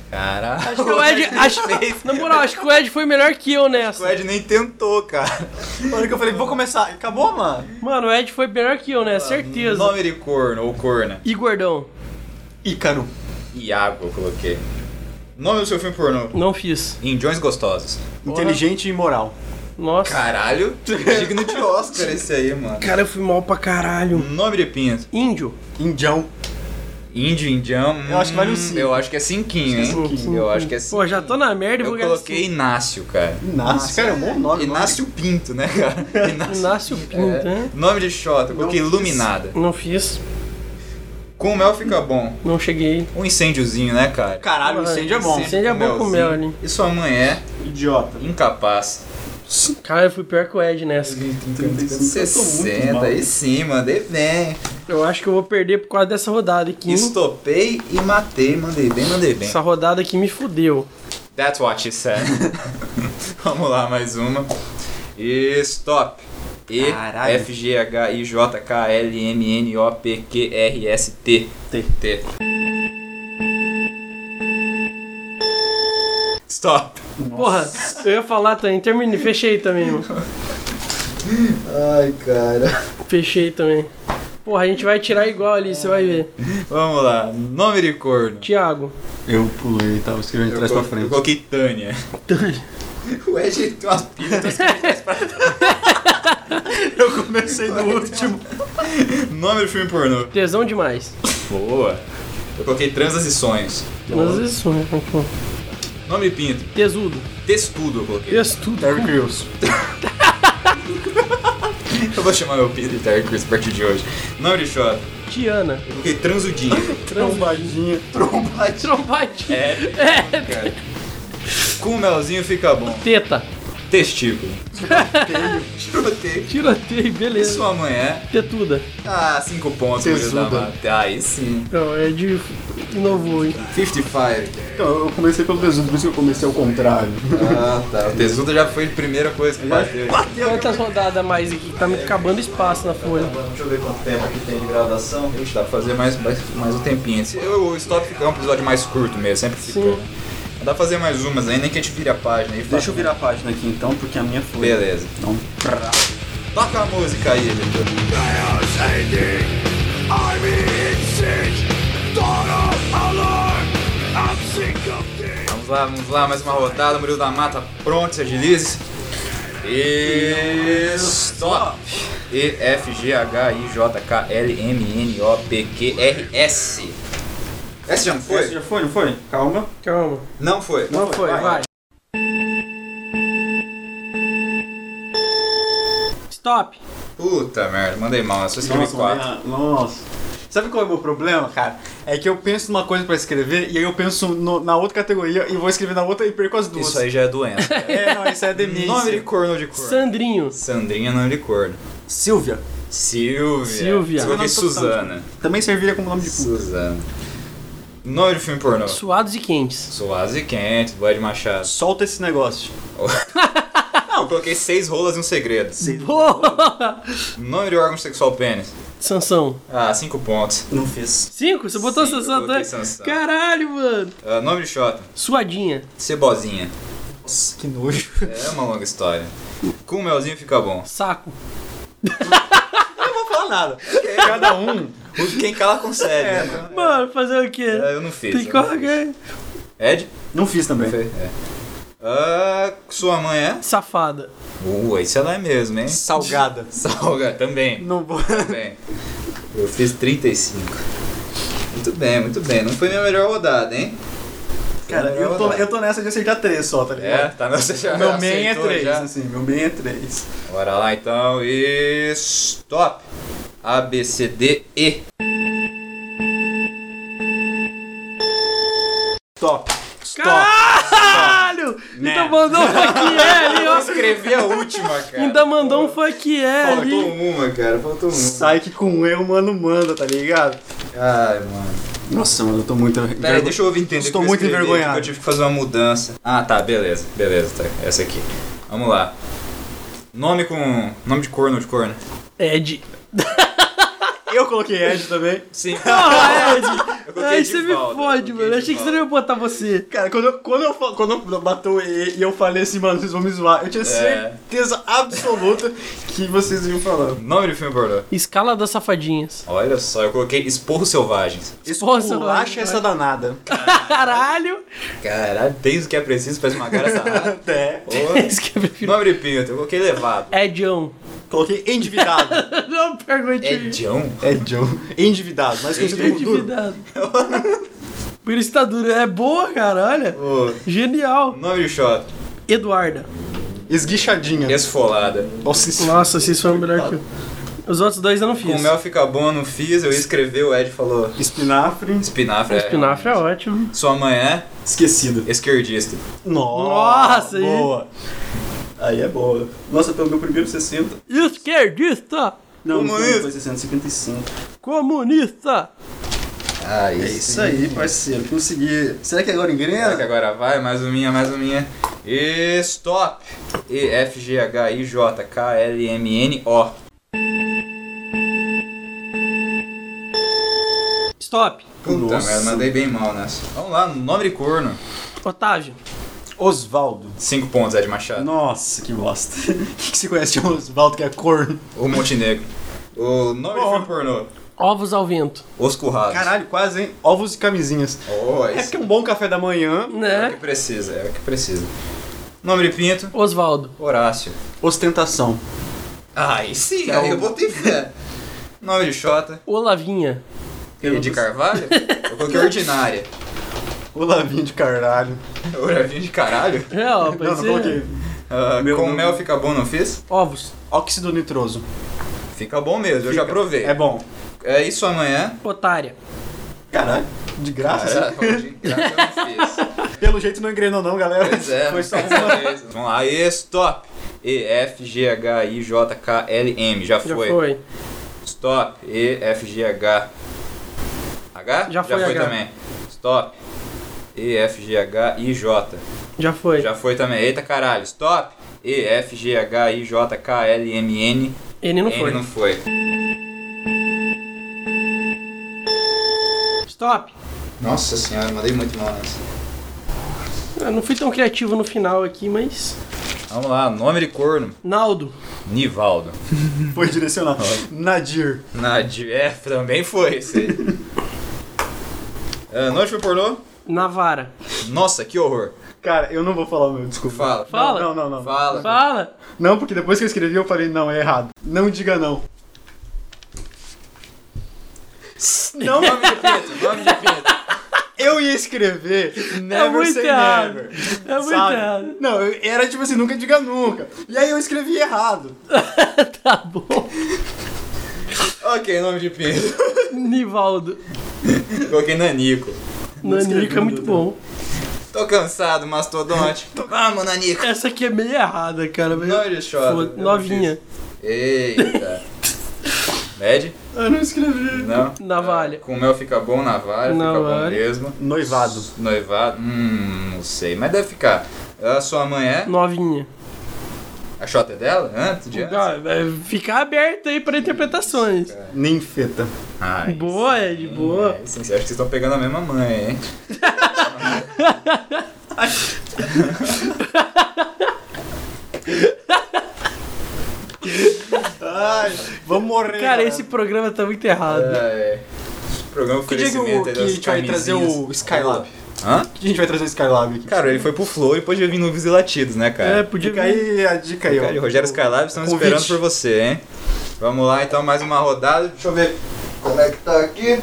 A: Caralho.
B: Acho que o Ed. acho- na moral, acho que o Ed foi melhor que eu
A: O
B: nessa.
A: Ed nem tentou, cara.
C: Na hora que eu falei, vou começar. Acabou, mano?
B: Mano, o Ed foi melhor que eu nessa, certeza.
A: Nome de corno ou corna.
B: E gordão,
C: Ícaro.
A: Iago, eu coloquei. Nome do seu filme pornô.
B: não fiz.
A: Indiões Gostosos.
C: Inteligente e imoral.
B: Nossa. Cara,
A: Caralho, digno de Oscar esse aí, mano.
B: eu fui mal pra caralho.
A: Nome de pinto.
B: Índio.
C: Indião.
A: Índio, indião.
C: Eu acho que vale um
A: hum,
C: cinco.
A: Eu acho que é cinquinho, hein? Eu acho que é cinco.
B: Pô, já tô na merda, eu vou
A: Eu
B: ganhar
A: coloquei
B: esse-
A: Inácio, cara.
C: Inácio. Cara, é um bom nome.
A: Inácio Pinto, né, cara? é.
B: Inácio Pinto, né?
A: Nome de Xota, eu coloquei
C: Não,
A: Iluminada.
B: Não fiz,
A: Com mel fica bom.
B: não cheguei.
A: Um incêndiozinho, né, cara?
C: Caralho,
B: Mano,
C: incêndio é bom.
B: Incêndio é bom com mel ali.
A: E sua mãe é
C: Idiota.
A: incapaz.
B: Cara, eu fui pior que o Ed nessa.
C: 60,
A: 60, aí sim, mandei bem.
B: Eu acho que eu vou perder por causa dessa rodada aqui. hein?
A: Estopei e matei, mandei bem, mandei bem.
B: Essa rodada aqui me fudeu.
A: That's what she said. Vamos lá, mais uma. E stop. E,
C: Caralho.
A: F, G, H, I, J, K, L, M, N, O, P, Q, R, S, T.
C: T.
A: T. Stop.
B: Porra, eu ia falar também. Terminei, fechei também, mano.
A: Ai, cara.
B: Fechei também. Porra, a gente vai tirar igual ali, você vai ver.
A: Vamos lá. Nome de corno.
B: Tiago.
C: Eu pulei, tava escrevendo de trás
A: eu,
C: pra
A: co- eu
C: frente.
A: coloquei Tânia. tá. O Ed tem umas pintas.
C: Eu comecei no último.
A: Nome do filme pornô.
B: Tesão demais.
A: Boa. Eu coloquei transições.
B: Mas isso, né?
A: Nome de pinto.
B: Tesudo.
A: Testudo eu coloquei.
B: Testudo.
C: Terry Crews.
A: Eu vou chamar meu pinto de Terry Crews a partir de hoje. Nome de shot.
B: Tiana.
A: Eu coloquei transudinho.
C: Trombadinha. Trombadinha.
B: Trombadinha.
A: É. Cara. Com o melzinho fica bom.
B: Teta.
A: Testículo. Tiroteio.
B: Tiroteio,
A: E
B: beleza.
A: sua mãe é?
B: Tetuda.
A: Ah, 5 pontos, Murilo da
C: Tesuda.
A: Mata. Aí sim.
B: Não, é de. Inovou, hein?
A: 55.
C: Então, eu comecei pelo tesudo, por isso que eu comecei ao contrário.
A: Ah, tá. é O Tesuda já foi a primeira coisa que bateu.
B: Quantas rodadas mais aqui? que Tá me acabando espaço na folha.
A: Tá Deixa eu ver quanto tempo que tem de gravação. Ixi, dá pra fazer mais, mais, mais um tempinho. Esse- eu- o stop fica um episódio mais curto mesmo, sempre ficou.
B: Sim.
A: Dá pra fazer mais umas aí, nem que a gente vire a página. E né?
C: Deixa eu virar a página aqui então, porque a minha foi.
A: Beleza.
C: Então, prá.
A: Toca a música aí, Vitor. Vamos lá, vamos lá, mais uma rodada. Murilo da Mata, pronto, se agilize. E... Stop! E, F, G, H, I, J, K, L, M, N, O, P, Q, R, S. S já não
C: Essa já foi, não foi? Calma.
B: Calma.
A: Não foi.
B: Não foi,
C: vai.
B: vai. Stop.
A: Puta merda, mandei mal, né? eu só escrevi quatro.
C: minha- é, nossa. Sabe qual é o meu problema, cara? É que eu penso numa coisa pra escrever e aí eu penso no- na outra categoria e vou escrever na outra e perco as duas.
A: Isso aí já é doença.
C: É, não, isso é demência.
A: nome de corno de corno.
B: Sandrinho.
A: Sandrinha, nome de corno.
C: Silvia.
A: Silvia.
B: Silvia.
A: Eu coloquei
C: Não, tô-
A: Suzana.
C: Também serviria como nome de cu.
A: Suzana. Nome de filme pornô.
B: Suados e quentes.
A: Suaze Quente, do Ed Machado.
C: Solta esse negócio.
A: Não, eu coloquei seis rolas e um segredo.
B: Boa!
A: Nome de órgão sexual pênis.
B: Sansão.
A: Ah, cinco pontos.
C: Não fiz.
B: Cinco? Você botou
A: Cinco, eu
B: Sansão
A: coloquei
B: também?
A: Sansão.
B: Caralho, mano.
A: Ah, nome de shot.
B: Suadinha.
A: Cebozinha.
C: Nossa, que nojo.
A: É uma longa história. Com melzinho fica bom.
B: Saco.
C: Não vou falar nada. Cada um.
A: Quem cala consegue, né?
B: Mano, fazer o quê?
C: É.
A: Ah, Eu não fiz.
B: Tem que
A: eu não fiz.
B: colocar.
A: Ed?
C: Não fiz também.
A: Foi. É. Ah, sua mãe é?
B: Safada.
A: Uh, esse ela é mesmo, hein?
C: Salgada.
A: Salga também.
C: Não vou.
A: Também. Eu fiz 35. Muito bem, muito bem. Não foi minha melhor rodada, hein?
C: Cara, eu tô, eu tô nessa de acertar três só, tá
A: É,
C: ligado?
A: tá na você já
C: Meu main é
A: aceitou
C: três,
A: já.
C: assim, meu main é três.
A: Bora lá então e stop. A B C D E.
C: Top. Stop.
B: Caralho!
C: então
B: Ainda
A: Né.
B: mandou um fuck yeah ali,
A: Eu
B: ó.
A: escrevi a última, cara.
B: Ainda mandou um fuck yeah
A: Faltou
B: ali.
A: uma, cara. Faltou uma.
C: Sai que com um erro, mano, manda, tá ligado?
A: Ai, mano.
C: Nossa, mano, eu tô muito.
A: Pera aí, deixa eu ouvir entender.
C: Estou
A: o que eu
C: muito
A: escrevi,
C: envergonhado.
A: que Eu tive que fazer uma mudança. Ah, tá, beleza. Beleza, tá. Essa aqui. Vamos lá. Nome com. Nome de corno de corno.
B: Ed.
C: Eu coloquei Edge também.
A: Sim.
B: Ah, Ed!
A: Eu coloquei
B: Aí
A: de
B: você me
A: volta,
B: fode,
A: eu coloquei
B: mano.
A: de
B: Achei que você não
A: volta.
B: ia botar você.
C: Cara, quando eu, quando eu, fa- quando eu bateu e, e eu falei assim, mano, vocês vão me zoar, eu tinha certeza absoluta que vocês iam falar.
A: Nome de filme pornô.
B: Escala das safadinhas.
A: Olha só, eu coloquei Esporros Selvagens.
B: Esposa,
C: Esculacha
B: vai.
C: essa danada.
B: Caralho!
A: Caralho, tem o que é preciso pra esmagar essa rata.
C: Até.
A: Ô,
B: Isso que eu prefiro.
A: Nome de pinto, eu coloquei levado.
B: Edion.
C: Coloquei endividado.
B: Não pergunte.
A: É John? é
C: é, Joe. Endividado, mas conhecido como duro.
B: Endividado. Por isso tá duro. É boa, cara. Olha. Genial.
A: Nome de shot.
B: Eduarda.
C: Esguichadinha.
A: Esfolada.
C: Nossa, isso-
B: Nossa, vocês foram melhor que eu. Os outros dois eu não fiz.
A: Com mel fica bom, eu não fiz. Eu escrevi, o Ed falou.
C: Espinafre.
A: Espinafre. é.
B: Espinafre é ótimo.
A: Sua mãe é
C: Esquecido.
A: esquerdista.
B: Nossa,
C: Nossa,
B: aí-
C: boa. Aí é boa. Nossa, pelo meu primeiro 60.
B: Esquerdista.
C: Não,
A: Como
C: não
A: isso?
C: foi 60, 55.
B: Comunista.
A: Ah,
C: É isso aí, parceiro. Consegui. Será que é agora
A: Será que
C: engrena?
A: agora vai? Mais uma minha, mais uma minha. E stop! E, F, G, H, I, J, K, L, M, N, O.
B: Stop.
A: Puta
C: Nossa.
A: merda, mandei bem mal nessa. Vamos lá, nome de corno.
B: Otávio.
C: Osvaldo.
A: Cinco pontos, Ed Machado.
C: Nossa, que bosta. O que, que você conhece de Osvaldo que é corno?
A: O Montenegro. O nome de
C: Porra.
A: filme pornô.
B: Ovos ao vento.
A: Os Currados.
C: Caralho, quase, hein? Ovos e camisinhas.
A: Oh,
C: É
A: isso
C: porque é um bom café da manhã.
A: é o que
B: Né?
A: precisa, é o que precisa. Nome de pinto.
B: Osvaldo.
A: Horácio. é
C: Ostentação.
A: Ai, sim, aí eu botei fé. Nome de Xota.
B: Olavinha.
A: E de Carvalho? Eu coloquei ordinária.
C: O Lavinho de Carvalho.
A: Olhavinho de caralho.
B: É, ó,
C: Não,
B: pois
C: não
B: é.
C: coloquei.
A: Ah,
C: Meu
A: com
C: nome.
A: mel fica bom, não fiz?
B: Ovos.
C: Óxido nitroso.
A: Fica bom mesmo, eu já provei.
C: É
A: É,
C: bom.
A: isso amanhã.
B: Otária.
C: Caralho. é. De graça.
A: Cara, de
C: assim?
A: graça eu não fiz.
C: Pelo jeito não engrenou não, galera.
A: Pois é,
C: Foi só um-
A: dessa
C: uma.
A: vez. Vamos lá, e stop. E, F, G, H, I, J, K, L, M. Já
B: Já
A: foi.
B: foi.
A: Stop. E, F, G, H. H?
B: Já foi H.
A: também. Stop. E, F, G, H, I, J.
B: Já foi.
A: Já foi também. Eita caralho. Stop. E, F, G, H, I, J, K, L, M, N.
B: Ele não
A: N
B: foi.
A: não foi.
B: Stop.
A: Nossa senhora, mandei muito mal nessa.
B: Eu Ah, não fui tão criativo no final aqui, mas.
A: Vamos lá, nome de corno.
B: Naldo.
A: Nivaldo.
C: Foi direcional. Nadir.
A: Nadir. É, também foi esse aí. Ah, Noite foi pornô?
B: Navara.
A: Nossa, que horror.
C: Cara, eu não vou falar o meu, desculpa.
A: Fala.
B: Fala.
C: Não, não, não. não.
A: Fala.
B: Fala.
C: Não, porque depois que eu escrevi eu falei, não, é errado. Não diga não.
A: Não, nome de pinto, nome de pinto.
C: Eu ia escrever Never
B: muito
C: Say
B: errado.
C: Never. Tá
B: É muito
C: sabe?
B: errado.
C: Não, eu- era tipo assim, nunca diga nunca. E aí eu escrevi errado.
B: Tá bom.
A: ok, nome de pinto.
B: Nivaldo.
A: Coloquei Nanico.
B: Nanico é
C: escrevi
B: muito
C: nada.
B: bom.
A: Tô cansado, mastodonte. Ah, Vamos, Nanico.
B: Essa aqui é meio errada, cara. mas-
A: Não, ele chora.
B: Foda-
A: Eu não
B: Novinha.
A: fiz. Eita. Med?
C: Eu não escrevi.
A: Não.
B: Navalha.
A: Ah, Com mel fica bom, navalha, fica bom
B: Navalha.
A: mesmo.
C: Noivado.
A: Noivado? Hum, não sei. Mas deve ficar. A sua mãe é?
B: Novinha.
A: A Xota é dela? Antes de antes?
B: Ah, vai ficar aberto aí pra interpretações.
C: É. Ninfeta.
A: Ai,
B: Boa, Ed, boa.
A: É, sim, acho que vocês estão pegando a mesma mãe, hein?
C: Ai, vamos morrer.
B: Cara, esse programa tá muito errado.
A: É. Programa
C: Que dia que, o,
A: oferecimento aí
C: que a
A: das
C: gente vai trazer o
A: camisinhas.
C: Skylab?
A: Hã?
C: Que a gente vai trazer o Skylab aqui?
A: Cara, ele foi pro Flow e depois já vir no Viz e Latidos, né,
B: É,
A: cara?
B: podia
C: Fica
B: vir.
C: aí a dica aí, ó.
A: Cara, e o Rogério Skylab estamos
C: Convite.
A: esperando por você, hein? Vamos lá, então, mais uma rodada. Deixa eu ver como é que tá aqui.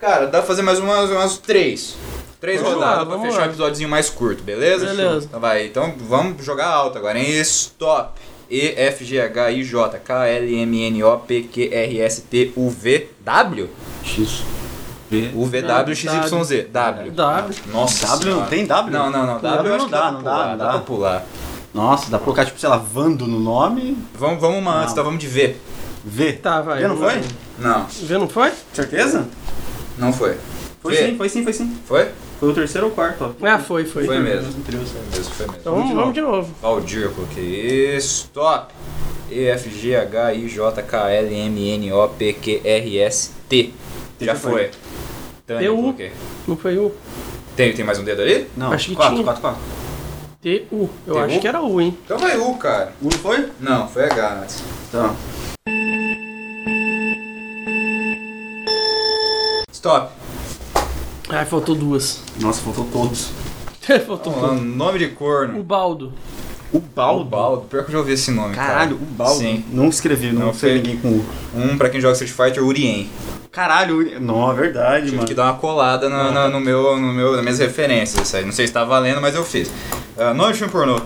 A: Cara, dá pra fazer mais umas, umas três. Três
B: Vamos lá,
A: rodadas pra
B: vamos
A: fechar
B: lá.
A: um episódiozinho mais curto, beleza?
B: Beleza.
A: Então vai, então vamos jogar alto agora, hein? Stop. E, F, G, H, I, J, K, L, M, N, O, P, Q, R, S, T, U, V, W?
C: X.
A: U, V, W, X, Y, Z. W.
B: W.
A: Nossa
C: W não
A: senhora.
C: tem W?
A: Não, não, não. W, eu acho
C: não
A: que
C: dá,
A: dá,
C: não
A: pra
C: dá,
A: pular,
C: não
A: dá
C: dá.
A: pra pular.
C: Nossa, dá pra colocar, tipo, sei lá, Vando no nome.
A: Vamos, vamos uma antes, tá? Vamos de V.
C: V.
B: Tá, vai.
C: V não foi?
A: Não,
B: Vê, não foi?
C: Certeza?
A: não foi.
C: Foi
A: V.
C: sim, foi sim, foi sim.
A: Foi?
C: Foi o terceiro ou quarto, ó.
B: Ah, foi, foi.
A: Foi mesmo.
C: Foi
A: Mesmo, foi mesmo.
B: Então vamos, vamos de novo.
A: Valdir, eu coloquei. Stop! E, F, G, H, I, J, K, L, M, N, O, P, Q, R, S, T. Já
C: Já
A: foi.
C: foi.
A: Tânia,
B: Deu
A: eu
B: um.
A: coloquei.
B: Não foi U.
A: Tem, tem mais um dedo ali?
C: Não,
B: Acho que
C: quatro,
B: tinha.
C: quatro, quatro.
B: T, U. Eu
A: Tem
B: acho
A: U?
B: que era U, hein?
A: Então vai U, cara.
C: Um foi?
A: Não, foi H né? antes.
C: Tá.
A: Stop!
B: Ai, faltou duas.
C: Nossa, faltou todos.
B: faltou
A: Vamos lá,
B: duas.
A: nome de
B: O
A: corno.
B: baldo.
C: O Baldo?
A: Baldo, pior que eu já ouvi esse nome. cara.
C: Caralho, o Baldo.
A: Sim.
C: Não escrevi, não,
A: Não
C: sei
A: foi.
C: ninguém com U.
A: Um, pra quem joga Street Fighter, Urien.
C: Caralho, o- não, é verdade,
A: Tive
C: mano.
A: que dar uma colada na- na- no meu, no meu, nas minhas referências. Isso aí. Não sei se tá valendo, mas eu fiz. Ah, nome de filme pornô.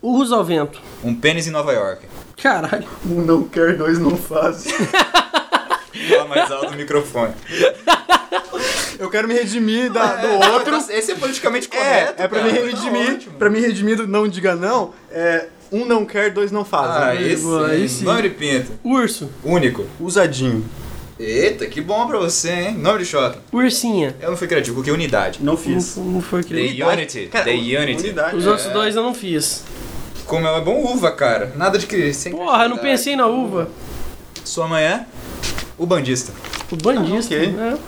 B: Urros ao vento.
A: Um pênis em Nova York.
B: Caralho.
C: Um não quer, dois não faz.
A: Fala mais alto o microfone.
C: Eu quero me redimir da, do outro.
A: Esse é politicamente correto.
C: É, é pra me
A: cara. Tá
C: redimir.
A: ótimo.
C: pra me redimir do não diga não, é um não quer, dois não faz.
A: Ah,
C: né?
A: esse.
B: Boa, aí sim.
A: Nome de pinto.
B: Urso.
A: Único.
C: Usadinho.
A: Eita, que bom pra você, hein? Nome de choque.
B: Ursinha.
A: Eu não fui criativo, coloquei unidade.
C: Não
B: Não,
C: fiz.
B: não foi criativo.
A: The Unity.
C: Cara,
A: The
C: u-
A: Unity.
C: Unidade.
B: Os
C: é.
B: outros dois eu não fiz.
A: Como é bom uva, cara. Nada de cri- sem
B: Porra, eu não
A: criatividade.
B: pensei na uva.
A: Sua mãe é? O bandista.
B: O bandista.
C: Ah, ok.
B: né?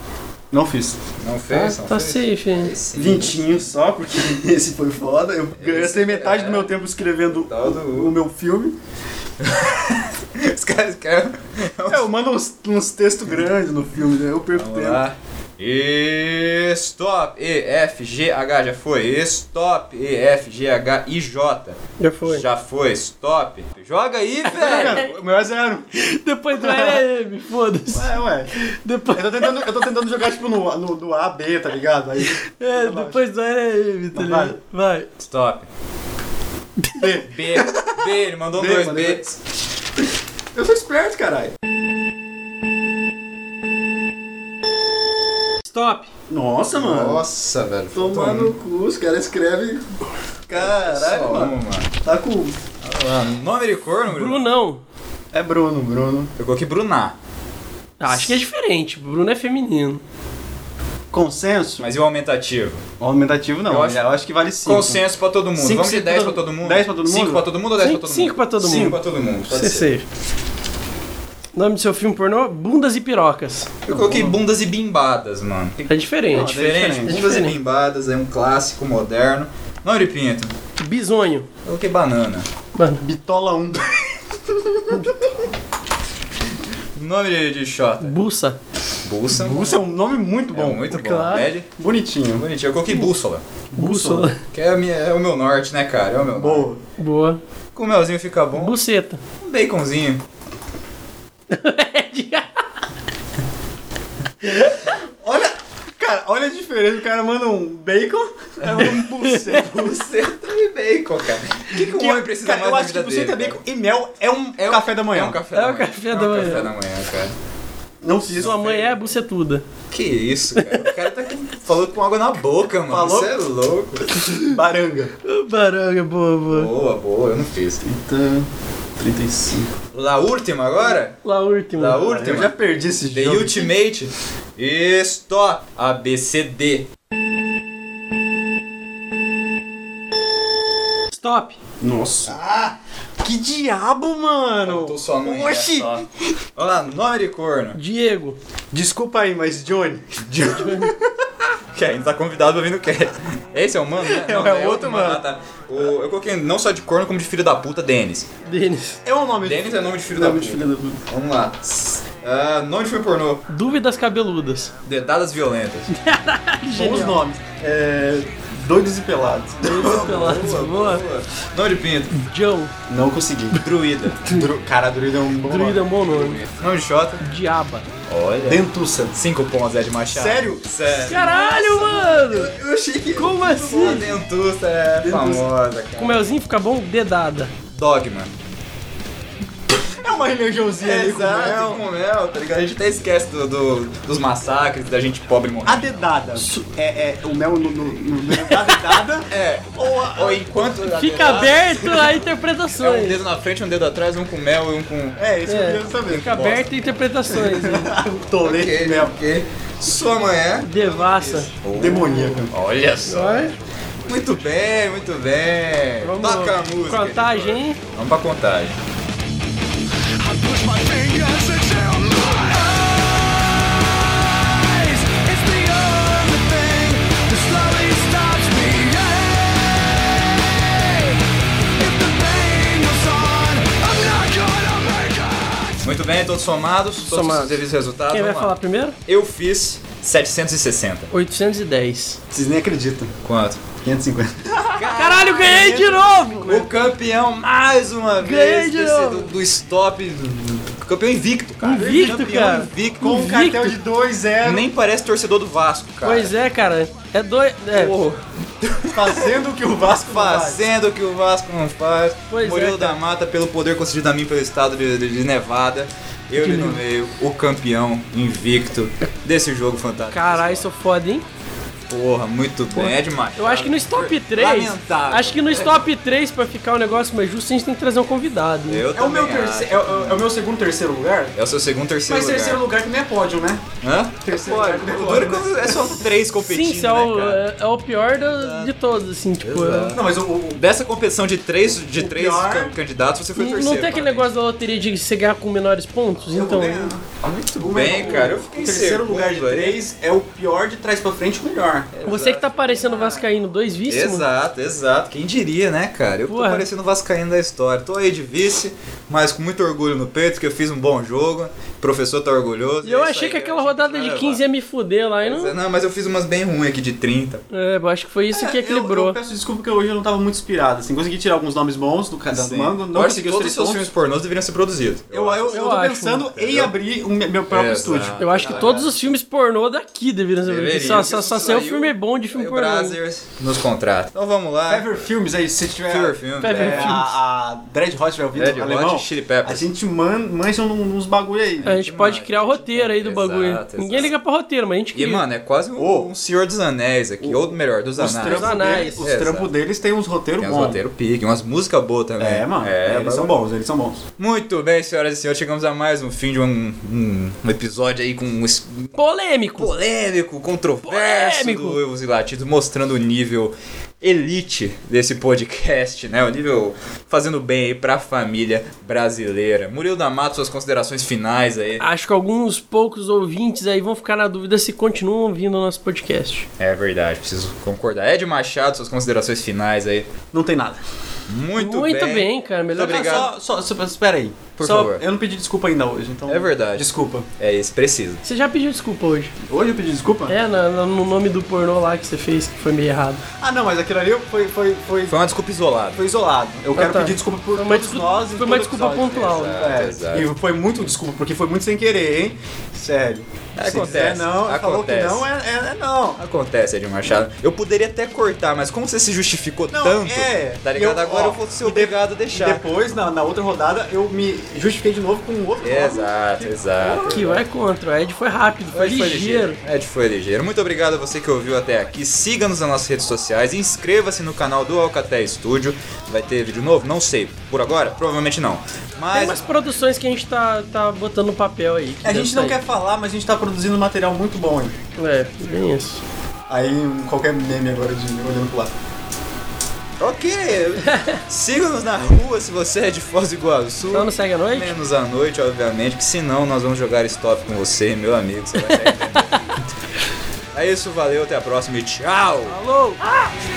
C: Não fiz.
A: Não fez? não
B: Tá
A: fez?
B: safe, hein?
A: Esse-
C: Vintinho só, porque esse foi foda. Eu gastei metade do meu tempo escrevendo
A: é Tal do U.
C: o meu filme.
A: Os caras querem.
C: É, eu mando uns, uns textos grandes no filme, né? Eu perco
A: Vamos
C: tempo.
A: lá. Stop, E, F, G, H, já foi. Stop, E, F, G, H, I, J.
B: Já foi.
A: Já foi, stop. Joga aí, velho.
C: O meu é zero.
B: Depois do LM, foda-se.
C: É, ué.
B: Depois,
C: Eu tô tentando, eu tô tentando jogar, tipo, no, no, no A, B, tá ligado? Aí.
A: Tá
B: é, depois do LM, tá
C: Não, vai.
B: ligado? Vai.
A: Stop.
C: B.
A: B, B, ele mandou
C: B,
A: dois
C: mandei
A: B.
C: Eu sou esperto, caralho.
B: Stop.
C: Nossa, mano.
A: Nossa, velho.
C: Tomar no cu, os caras escrevem. Caralho,
A: um.
C: mano. Tá com.
A: Nome de cor, número?
B: Brunão.
C: É Bruno, Bruno.
A: Eu coloquei Brunar.
B: Acho que é diferente. Bruno é feminino.
C: Consenso?
A: Mas e o aumentativo?
C: O aumentativo não.
A: Eu
C: Eu
A: acho-
C: acho, que vale 5.
A: Consenso pra todo mundo.
B: Cinco,
A: Vamos de
B: cinco
A: 10
B: pra
A: pra
B: todo-
A: todo mundo?
C: dez pra todo
A: 5
C: mundo?
A: pra todo mundo ou 10 pra
B: Cinco-
A: todo mundo?
B: cinco pra todo mundo.
A: 5 pra todo mundo, pode
B: Você
A: ser.
B: seja. Nome do seu filme pornô? Bundas e pirocas.
A: Eu coloquei bundas e bimbadas, mano. Que
B: É diferente.
A: diferente.
C: diferente.
A: Bundas
B: Diferente.
A: e bimbadas é um clássico moderno. Nome de pinto.
B: Bisonho.
A: Eu coloquei banana.
B: Mano,
C: Bitola 1.
A: Nome de, de Xota.
B: bussa.
A: Bulsa.
C: Isso é um nome muito
A: É
C: bom.
A: muito bom.
B: claro.
A: Ed,
C: Bonitinho.
A: bonitinho. Eu coloquei bússola.
B: Bússola.
A: Que é, a minha- é o meu norte, né, cara? É o meu norte.
C: Boa.
B: Boa.
A: Com melzinho fica bom.
B: Buceta.
A: Um baconzinho.
C: Olha. Cara, olha a diferença. O cara manda um bacon, é um buceta.
A: Buceta e é bacon, cara. O que, que um homem precisa
C: cara,
A: mais
C: eu
A: da
C: acho que
A: vida dele? cara?
C: buceta, bacon e mel é um
A: É um-
C: café da manhã.
A: É um café
B: É
A: da
B: um
A: manhã.
B: café da
A: É um café
B: manhã.
A: da manhã, cara.
C: Não se isso.
B: Sua mãe é bucetuda.
A: Que isso, cara. O cara tá com... falou com água na boca, mano.
C: Falou?
A: Você é louco.
C: Baranga.
B: Baranga, boa, boa.
A: Boa, boa. Eu não fiz.
C: 30, 35.
A: La última agora?
B: La última.
A: La última.
C: Eu já perdi esse
A: The
C: jogo.
A: Ultimate. Stop. ABCD.
B: Stop.
C: Nossa. Ah, que diabo, mano?
A: Tô só no
C: Oxi.
A: Olha lá, nome de corno.
B: Diego.
C: Desculpa aí, mas Johnny.
A: Que ainda tá convidado pra vir no cast. Esse é o mano, né?
C: É, é
A: daí
C: outro mano.
A: Ah, tá. O- eu coloquei não só de corno, como de filho da puta, Denis.
B: Denis.
C: É um nome
A: Denis é nome de filho da
C: Nome de
A: puta.
C: filha da puta.
A: Vamos lá. Ah, nome de filme pornô.
B: Dúvidas cabeludas.
A: Dedadas violentas.
C: Bons nomes. É. Doidos e pelados.
B: Dúvidas peladas. Boa.
A: Nome de pinto.
B: Joe.
C: Não consegui.
A: Druida.
C: Dru- Cara, druida é um bom
B: Druida é
C: nome.
B: um bom nome.
A: Nome de Xota.
B: Diaba.
A: Olha.
C: Dentuça.
A: Cinco pontos, Ed Machado.
C: Sério?
A: Sério.
B: Caralho, mano.
A: Eu achei que...
B: Como
A: Pô,
B: assim?
A: Dentuça é famosa,
B: Com
A: cara.
B: melzinho fica bom? Dedada.
A: Dogma.
C: É uma religiãozinha ali com mel.
A: com mel, tá ligado? A gente até esquece do, do- dos massacres, da gente pobre morrendo.
C: A dedada. É, é o mel no. no, no, no da dedada.
A: É.
C: Ou a.
A: Ou enquanto... a
B: Fica
A: dedada-
B: aberto a
A: É um
B: interpretações.
A: dedo na frente, um dedo atrás, um com mel e um com...
C: É, isso
B: É.
C: que eu queria saber.
B: Fica aberto a interpretações.
C: O Tolete
A: Ok,
C: mel.
A: ok. Sua mãe é...
B: Devassa.
C: Demoníaca.
A: Olha só.
B: Vai.
A: Muito bem, muito bem.
B: Vamos
A: Toca a música.
B: Contagem, hein?
A: Vamos pra contagem. Muito bem, todos somados, todos
B: Somados.
A: os devidos resultados.
B: Quem vai
A: Vamos lá.
B: falar primeiro?
A: Eu fiz 760.
B: 810.
C: Vocês nem acreditam.
A: Quanto?
C: 550.
B: Caralho, ganhei de novo!
A: O campeão mais uma
B: Ganhei
A: vez
B: de
A: desse-
B: novo.
A: do, do stop. do- Campeão invicto, cara.
B: Invicto,
A: campeão
B: cara.
A: Invicto.
C: Com um
B: Invicto.
C: cartel de 2-0.
A: Nem parece torcedor do Vasco, cara.
B: Pois é, cara. É dois. É.
C: Fazendo o que o Vasco faz.
A: Fazendo o que o Vasco não faz.
B: Pois é,
A: Murilo
B: cara.
A: da Mata, pelo poder concedido a mim pelo estado de, de- de Nevada. Eu lhe nomeio o campeão invicto desse jogo fantástico.
B: Caralho, sou foda, hein?
A: Porra, muito bom. É demais.
B: Eu acho que no top 3.
A: Lamentável.
B: Acho que no top 3, pra ficar um negócio mais justo, a gente tem que trazer um convidado. né?
A: Eu
C: É o, meu
A: também
C: terce-
A: acho.
C: é, o- é o meu segundo terceiro lugar?
A: É o seu segundo, terceiro
C: Mas
A: lugar.
C: terceiro lugar que nem é pódio, né?
A: Hã?
C: Terceiro
A: Pô,
C: lugar que nem é
A: o
C: pódio.
A: duro
C: né?
A: que é só três competindo,
B: Sim, isso é o,
A: né, cara?
B: é, é o pior do- de todos, assim, tipo.
A: Exato.
B: é-
C: Não, mas o, o-
A: Dessa competição de três, de
C: O
A: três
C: pior-
A: can- candidatos, você foi o
B: Não,
A: terceiro.
B: tem aquele
A: parabéns.
B: negócio da loteria de você ganhar com menores pontos? então.
C: ganhar.
A: Muito
C: o-
A: bem,
C: o-
A: cara. Eu
C: o
A: fiquei em
C: terceiro
A: segundo
C: lugar de
A: aí.
C: três é o pior de trás pra frente, o melhor.
A: Neymar.
B: Você que tá parecendo Vascaíno, dois vícios?
A: Exato, exato. Quem diria, né, cara? Eu
B: né? Porra.
A: tô parecendo o Vascaíno da história. Tô aí de vice, mas com muito orgulho no peito, que eu fiz um bom jogo. O professor tá orgulhoso.
B: E eu
A: É isso
B: achei
A: aí,
B: que aquela
A: acho
B: rodada
A: vai
B: de
A: levar.
B: 15 ia me fuder lá e não.
A: Não, mas eu fiz umas bem ruins aqui de 30.
B: É, eu acho que foi isso que
C: Eu,
B: equilibrou.
C: eu peço desculpa porque hoje eu não tava muito inspirado. Assim, consegui tirar alguns nomes bons do cada
A: Sim.
C: mango.
A: eu
C: É, Não
A: acho que
C: consegui
A: todos
C: os
A: os
C: três
A: seus
C: pontos.
A: filmes pornôs deveriam ser produzidos.
C: Eu, eu, eu,
B: Eu
C: tô
B: acho,
C: pensando em
A: entendeu?
C: abrir um, meu próprio
A: Exato.
C: estúdio.
B: Eu acho que
A: Ah,
B: todos os filmes pornô daqui deveriam ser.
A: Deveria,
B: Só, só,
A: porque
B: só saiu
A: saiu-
B: filme bom de filme
A: Aí o
B: um pornô.
A: Brazzers nos contrata. Então vamos lá.
C: Fever Filmes aí, se tiver.
A: Fever Films.
B: Fever
A: é.
C: é, a, a Dread Hot tiver ouvido,
A: Red
C: alemão.
A: Hot Chili
C: a
A: Peppers.
C: gente man, manja um- uns bagulho aí.
B: A gente pode criar o roteiro aí do
A: Exato,
B: bagulho.
A: exato.
B: Ninguém liga pra roteiro, mas a gente
A: E,
B: cria.
A: mano, é quase um,
C: Ô.
A: um Senhor dos Anéis aqui. ou melhor, dos
C: os
A: Anéis.
C: trampos
B: Anais.
C: deles, os
A: Exato.
C: trampos deles têm uns roteiros
A: Tem uns
C: bons.
A: roteiros pique, umas músicas boas também.
C: É, mano. eles
A: mas-
C: são bons, eles são bons.
A: Muito bem, senhoras e senhores, chegamos a mais um fim de um, um- um episódio aí com um es-
B: Polêmico.
A: polêmico, controverso
B: Polêmico.
A: do Erros e Latidos, mostrando o nível elite desse podcast, né? O nível fazendo bem aí pra família brasileira. Murilo da Mato, suas considerações finais aí.
B: Acho que alguns poucos ouvintes aí vão ficar na dúvida se continuam ouvindo o nosso podcast.
A: É verdade, preciso concordar. Ed Machado, suas considerações finais aí.
C: Não tem nada.
A: Muito,
B: bem. cara. Melhor
A: Muito obrigado.
C: Só, só, só, espera aí.
A: Por
C: Só-
A: favor.
C: Eu não pedi desculpa ainda hoje, então.
A: É verdade.
C: Desculpa.
A: É isso, preciso.
B: Você já pediu desculpa hoje.
C: Hoje eu pedi desculpa?
B: É, na- na- no, nome do pornô lá que você fez, que foi meio errado.
C: Ah, não, mas aquilo ali foi, foi, foi,
A: Foi uma desculpa isolada.
C: foi isolado. Eu quero
B: tá.
C: pedir desculpa por
B: Foi uma
C: todos
B: desculpa-
C: nós. e
B: foi uma
C: todo
B: desculpa
C: episódio.
B: pontual,
A: né?
C: É,
A: Exato,
C: E foi muito desculpa, porque foi muito sem querer, hein? Sério.
A: É, Acontece,
C: Se quiser não, falou que
A: acontece.
C: não, é, é- é não.
A: Acontece, Ed Machado. Eu poderia até cortar, mas como você se justificou
C: Não,
A: tanto,
C: é.
A: tá ligado?
C: Eu-
A: Agora
C: ó,
A: eu vou ser
C: e de-
A: obrigado a
C: E
A: deixar.
C: depois, na, na outra rodada, eu me justifiquei de novo com um outro nome.
A: Exato, exato.
B: Que vai contra. O Ed foi rápido, foi
A: Ed foi
B: ligeiro.
A: ligeiro. Ed foi ligeiro. Muito obrigado a você que ouviu até aqui. Siga-nos nas nossas redes sociais. Inscreva-se no canal do Alcatel Studio. Vai ter vídeo novo? Não sei. Por agora? Provavelmente não.
B: Tem
A: Mas
B: umas produções que a gente tá, tá botando no papel aí. que
C: A
B: deve
C: gente não
B: sair.
C: quer falar, mas a gente tá produzindo um material muito bom ainda.
B: É, bem isso.
C: Aí um, qualquer meme agora de olhando pro lado.
A: Ok. Siga-nos na rua se você é de Foz do Iguaçu.
B: Então não segue à noite?
A: Menos à noite, obviamente, que senão nós vamos jogar stop com você, meu amigo. Você vai até entender. é isso, valeu, até a próxima e tchau!
B: Alô!
D: She